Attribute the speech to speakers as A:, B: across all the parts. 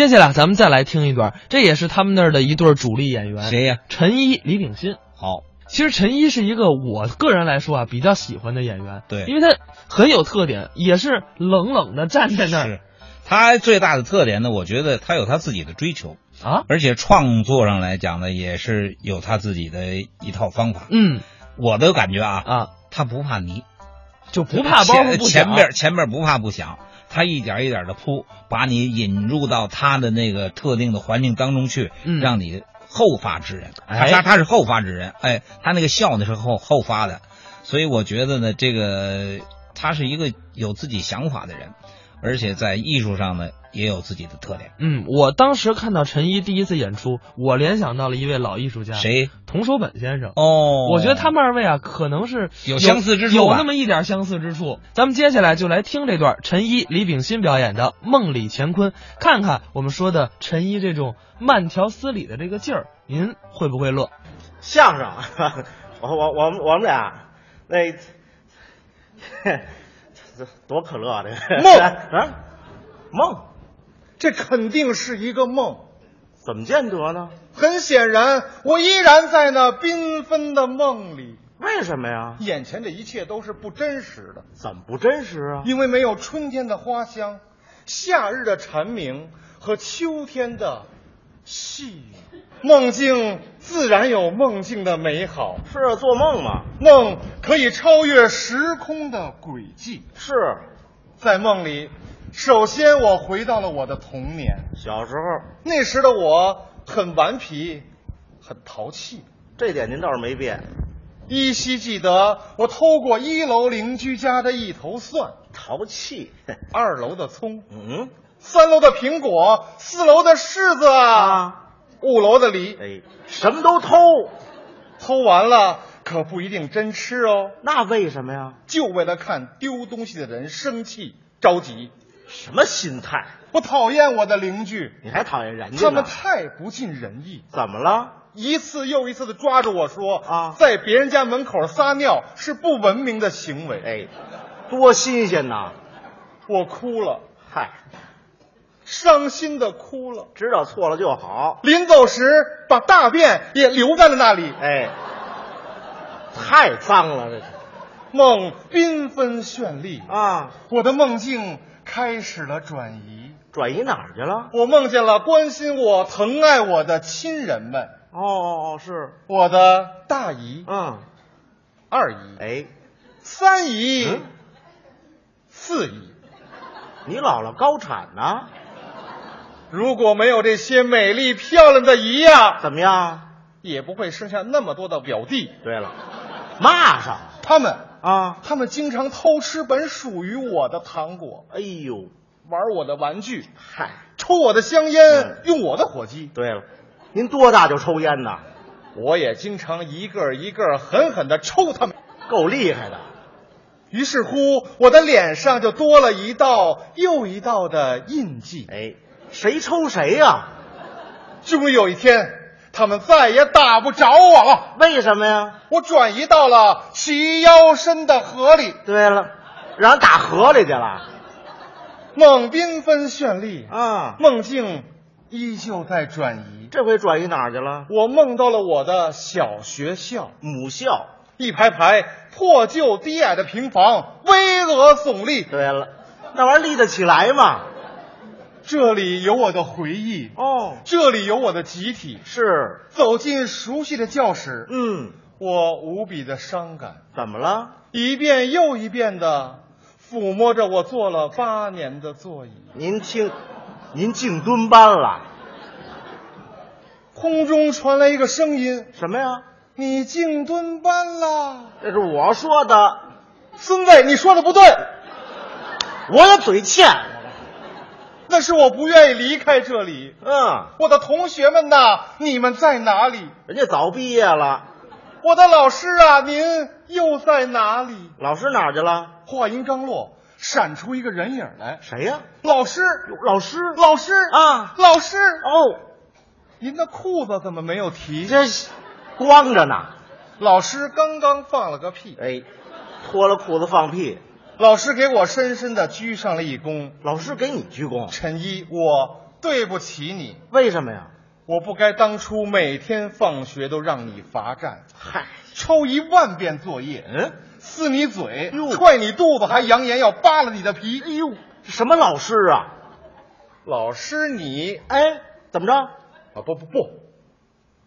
A: 接下来咱们再来听一段，这也是他们那儿的一对主力演员，
B: 谁呀、
A: 陈一、李炳新。
B: 好，
A: 其实陈一是一个我个人来说啊比较喜欢的演员，
B: 对
A: 因为他很有特点，也是冷冷的站在那儿
B: 是他最大的特点呢，我觉得他有他自己的追求，
A: 啊，
B: 而且创作上来讲呢，也是有他自己的一套方法。
A: 嗯
B: 我的感觉啊，
A: 啊，
B: 他不怕泥，
A: 就不怕包袱
B: 前
A: 不
B: 前
A: 响
B: 面前面不怕不响，他一点一点的铺，把你引入到他的那个特定的环境当中去，
A: 嗯
B: 让你后发制人。他
A: 哎
B: 他他是后发制人，哎，他那个笑呢是后后发的，所以我觉得呢，这个他是一个有自己想法的人，而且在艺术上呢也有自己的特点。
A: 嗯，我当时看到陈一第一次演出，我联想到了一位老艺术家，？
B: 谁？
A: 童守本先生。
B: 哦，
A: 啊我觉得他们二位啊，可能是
B: 有相似之处
A: 有
B: 吧
A: 那么一点相似之处。咱们接下来就来听这段陈一、李炳新表演的《梦里乾坤》，看看我们说的陈一这种慢条斯理的这个劲儿，您会不会乐？
C: 相声， 我我我们我们俩那 多可乐啊！这个
D: 梦
C: 啊，梦
D: 这肯定是一个梦。
C: 怎么见得呢？
D: 很显然，我依然在那缤纷的梦里，
C: 为什么呀？
D: 眼前这一切都是不真实的，
C: 怎么不真实啊？
D: 因为没有春天的花香、夏日的蝉鸣和秋天的细雨。梦境自然有梦境的美好，
C: 是啊，做梦嘛。
D: 梦可以超越时空的轨迹。
C: 是
D: 在梦里，首先我回到了我的童年，
C: 小时候，
D: 那时的我很顽皮，很淘气。
C: 这点您倒是没变。
D: 依稀记得，我偷过一楼邻居家的一头蒜，
C: 淘气，
D: 二楼的葱，
C: 嗯
D: 三楼的苹果，四楼的柿子，
C: 啊，
D: 五楼的梨。
C: 哎，什么都偷，
D: 偷完了可不一定真吃哦，
C: 那为什么呀？
D: 就为了看丢东西的人生气着急。
C: 什么心态？
D: 我讨厌我的邻居，
C: 你还讨厌人家
D: 他们
C: 呢？
D: 太不尽人意，
C: 怎么了？
D: 一次又一次的抓住我说
C: 啊
D: 在别人家门口撒尿是不文明的行为。
C: 哎，多新鲜呐！
D: 我哭了，
C: 嗨，
D: 伤心的哭了。
C: 知道错了就好。
D: 临走时把大便也留在了那里。
C: 哎，太脏了，这是
D: 梦缤纷绚丽，
C: 啊！
D: 我的梦境开始了转移。
C: 转移哪儿去了？
D: 我梦见了关心我、疼爱我的亲人们，
C: 哦哦哦，是，
D: 我的大姨、
C: 嗯，
D: 二姨、
C: 哎，
D: 三姨、
C: 嗯
D: 四姨。
C: 你姥姥高产呢？
D: 如果没有这些美丽漂亮的姨呀、
C: 怎么样？
D: 也不会生下那么多的表弟。
C: 对了，骂上了
D: 他们，
C: 啊！
D: 他们经常偷吃本属于我的糖果，
C: 哎呦，
D: 玩我的玩具。
C: 嗨，
D: 抽我的香烟
C: 嗯，
D: 用我的火机。
C: 对了，您多大就抽烟呐？
D: 我也经常一个一个狠狠地抽他们。
C: 够厉害的，
D: 于是乎，我的脸上就多了一道又一道的印记。
C: 哎，谁抽谁呀、
D: 终于有一天，他们再也打不着我了。
C: 为什么呀？
D: 我转移到了齐腰深的河里，
C: 对了，让人打河里去了
D: 梦缤纷绚丽，
C: 啊！
D: 梦境依旧在转移。
C: 这回转移哪儿去了？
D: 我梦到了我的小学校，
C: 母校。
D: 一排排破旧低矮的平房，巍峨耸立，
C: 对了，那玩意儿立得起来吗？
D: 这里有我的回忆，
C: 哦，
D: 这里有我的集体。
C: 是，
D: 走进熟悉的教室，
C: 嗯，
D: 我无比的伤感，
C: 怎么了？
D: 一遍又一遍的抚摸着我坐了八年的座椅。
C: 您听，您进蹲班了？
D: 空中传来一个声音
C: 什么呀？：“
D: 你进蹲班啦，
C: 这是我说的，
D: 孙子，你说的不对，
C: 我的嘴欠。
D: 那是我不愿意离开这里。
C: 嗯，
D: 我的同学们呐，你们在哪里？
C: 人家早毕业了，
D: 我的老师啊，您又在哪里？”
C: 老师哪儿去了？
D: 话音刚落，闪出一个人影来，
C: 谁呀、
D: 老师，
C: 有老师。
D: 老师
C: 啊
D: 老师，
C: 哦，
D: 您的裤子怎么没有
C: 你
D: 提？
C: 这光着呢。
D: 老师刚刚放了个屁，
C: 哎，脱了裤子放屁。
D: 老师给我深深的鞠上了一躬。
C: 老师给你鞠躬。
D: 陈一，我对不起你，
C: 为什么呀？
D: 我不该当初每天放学都让你罚站，
C: 嗨，
D: 抄一万遍作业，
C: 嗯，
D: 撕你嘴
C: 哟，
D: 踹你肚子，还扬言要扒拉你的皮。哎呦，
C: 这什么老师啊？
D: 老师你
C: 哎，怎么着？
D: 啊不不不，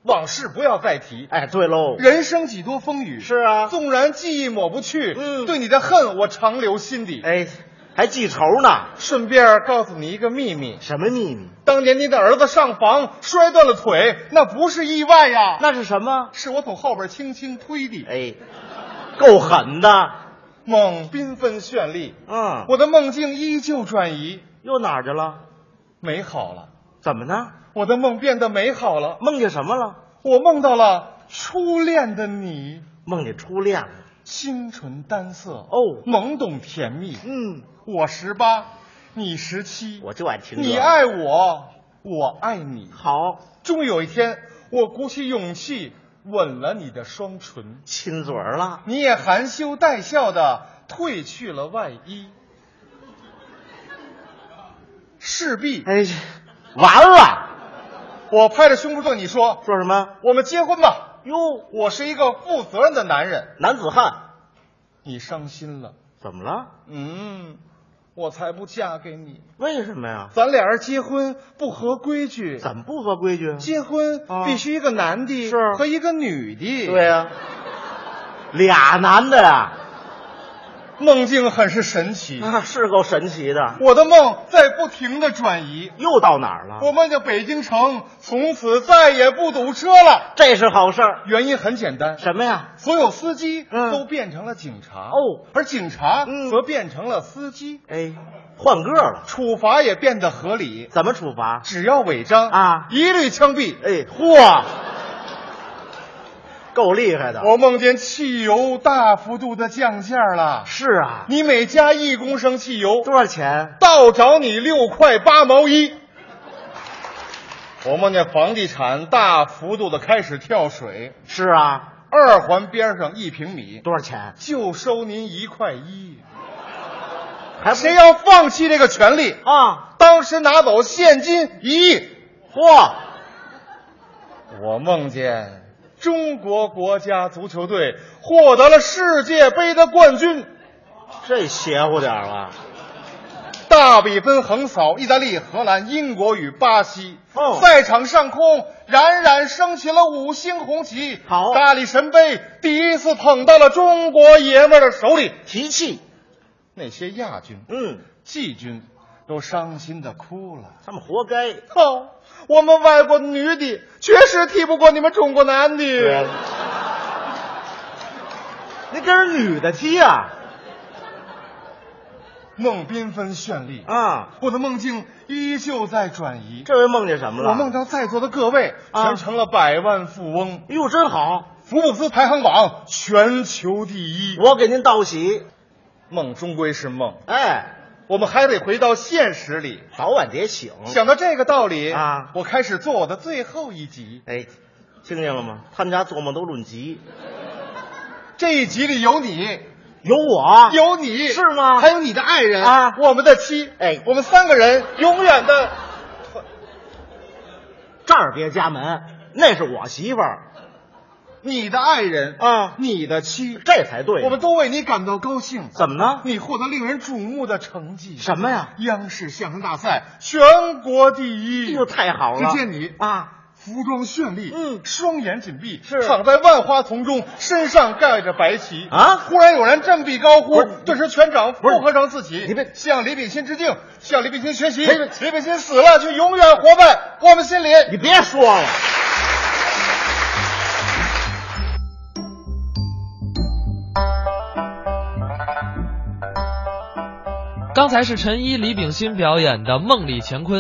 D: 往事不要再提。
C: 哎，对喽，
D: 人生几多风雨，
C: 是啊
D: 纵然记忆抹不去，
C: 嗯
D: 对你的恨我常留心底。
C: 哎，还记仇呢？
D: 顺便告诉你一个秘密，
C: 什么秘密？
D: 当年你的儿子上房摔断了腿，那不是意外呀，
C: 那是什么？
D: 是我从后边轻轻推的。
C: 哎，够狠的。
D: 梦缤纷绚丽，
C: 嗯，
D: 我的梦境依旧转移，
C: 又哪儿去了？
D: 美好了，
C: 怎么呢？
D: 我的梦变得美好了，
C: 梦见什么了？
D: 我梦到了初恋的你，
C: 梦见初恋了。
D: 清纯单色，哦
C: 哦
D: 懵懂甜蜜。
C: 嗯，
D: 我十八，你十七，
C: 我就爱听这个
D: 你爱我，我爱你。
C: 好
D: 终于有一天，我鼓起勇气吻了你的双唇，
C: 亲嘴儿了。
D: 你也含羞带笑的褪去了外衣。势必，
C: 哎，完了，
D: 我拍着胸脯对你说
C: 说什么？：“
D: 我们结婚吧！
C: 哟，
D: 我是一个负责任的男人。
C: 男子汉，”
D: 你伤心了，
C: 怎么了？
D: 嗯，我才不嫁给你。
C: 为什么呀？
D: 咱俩人结婚不合规矩，
C: 怎么不合规矩？
D: 结婚
C: 啊
D: 必须一个男的
C: 是
D: 和一个女的。
C: 对啊呀、俩男的呀，
D: 梦境很是神奇，
C: 啊，是够神奇的。
D: 我的梦在不停的转移。
C: 又到哪儿了？
D: 我梦见北京城从此再也不堵车了，
C: 这是好事儿。
D: 原因很简单，
C: 什么呀？
D: 所有司机
C: 嗯
D: 都变成了警察
C: 哦，
D: 而警察
C: 嗯
D: 则变成了司机，
C: 哎，换个了，
D: 处罚也变得合理，
C: 怎么处罚？
D: 只要违章
C: 啊
D: 一律枪毙。
C: 哎，嚯，哦够厉害的。
D: 我梦见汽油大幅度的降价了，
C: 是啊，
D: 你每加一公升汽油，
C: 多少钱？
D: 倒找你六块八毛一。我梦见房地产大幅度的开始跳水，
C: 是啊，
D: 二环边上一平米
C: 多少钱？
D: 就收您一块一，
C: 还不
D: 谁要放弃这个权利，
C: 啊？
D: 当时拿走现金一亿。
C: 嚯，
D: 我梦见中国国家足球队获得了世界杯的冠军，
C: 这邪乎点儿了。
D: 大比分横扫意大利、荷兰、英国与巴西。
C: 哦
D: 赛场上空冉冉升起了五星红旗。
C: 好
D: 大力神杯第一次捧到了中国爷们儿的手里。
C: 提气，
D: 那些亚军、
C: 嗯，
D: 季军都伤心的哭了。
C: 他们活该。
D: 哦，我们外国女的确实踢不过你们中国男的。
C: 那跟人女的踢啊
D: 梦缤纷绚丽，
C: 啊！
D: 我的梦境依旧在转移。
C: 这回梦见什么了？
D: 我梦到在座的各位
C: 啊
D: 全成了百万富翁。
C: 哟，真好，
D: 福布斯排行榜全球第一。
C: 我给您道喜。
D: 梦终归是梦，
C: 哎，
D: 我们还得回到现实里。
C: 早晚得醒。
D: 想到这个道理
C: 哦啊
D: 我开始做我的最后一集。
C: 哎，听见了吗？他们家做梦都论集，
D: 这一集里有你，
C: 有我，
D: 有你
C: 啊是吗
D: 还有你的爱人
C: 啊
D: 我们的妻。
C: 哎
D: 我们三个人永远的
C: 这儿别家门，那是我媳妇儿，
D: 你的爱人
C: 啊
D: 你的妻，
C: 这才对呢。啊
D: 我们都为你感到高兴。
C: 怎么呢？
D: 你获得令人瞩目的成绩，
C: 什么呀？
D: 央视相声大赛全国第
C: 哎
D: 一。
C: 呦，太好了！
D: 只见你
C: 啊，
D: 服装绚丽，
C: 嗯
D: 双眼紧闭，
C: 是
D: 躺在万花丛中，身上盖着白旗
C: 啊
D: 忽然有人振臂高呼
C: 不是，
D: 顿时全场
C: 不是
D: 附和上自己，
C: 你别
D: 向李炳新致敬，向李炳新学习。
C: 哎
D: 李炳新死了，就永远活在我们心里。
C: 你别说了。
A: 刚才是陈一、李炳新表演的《梦里乾坤》，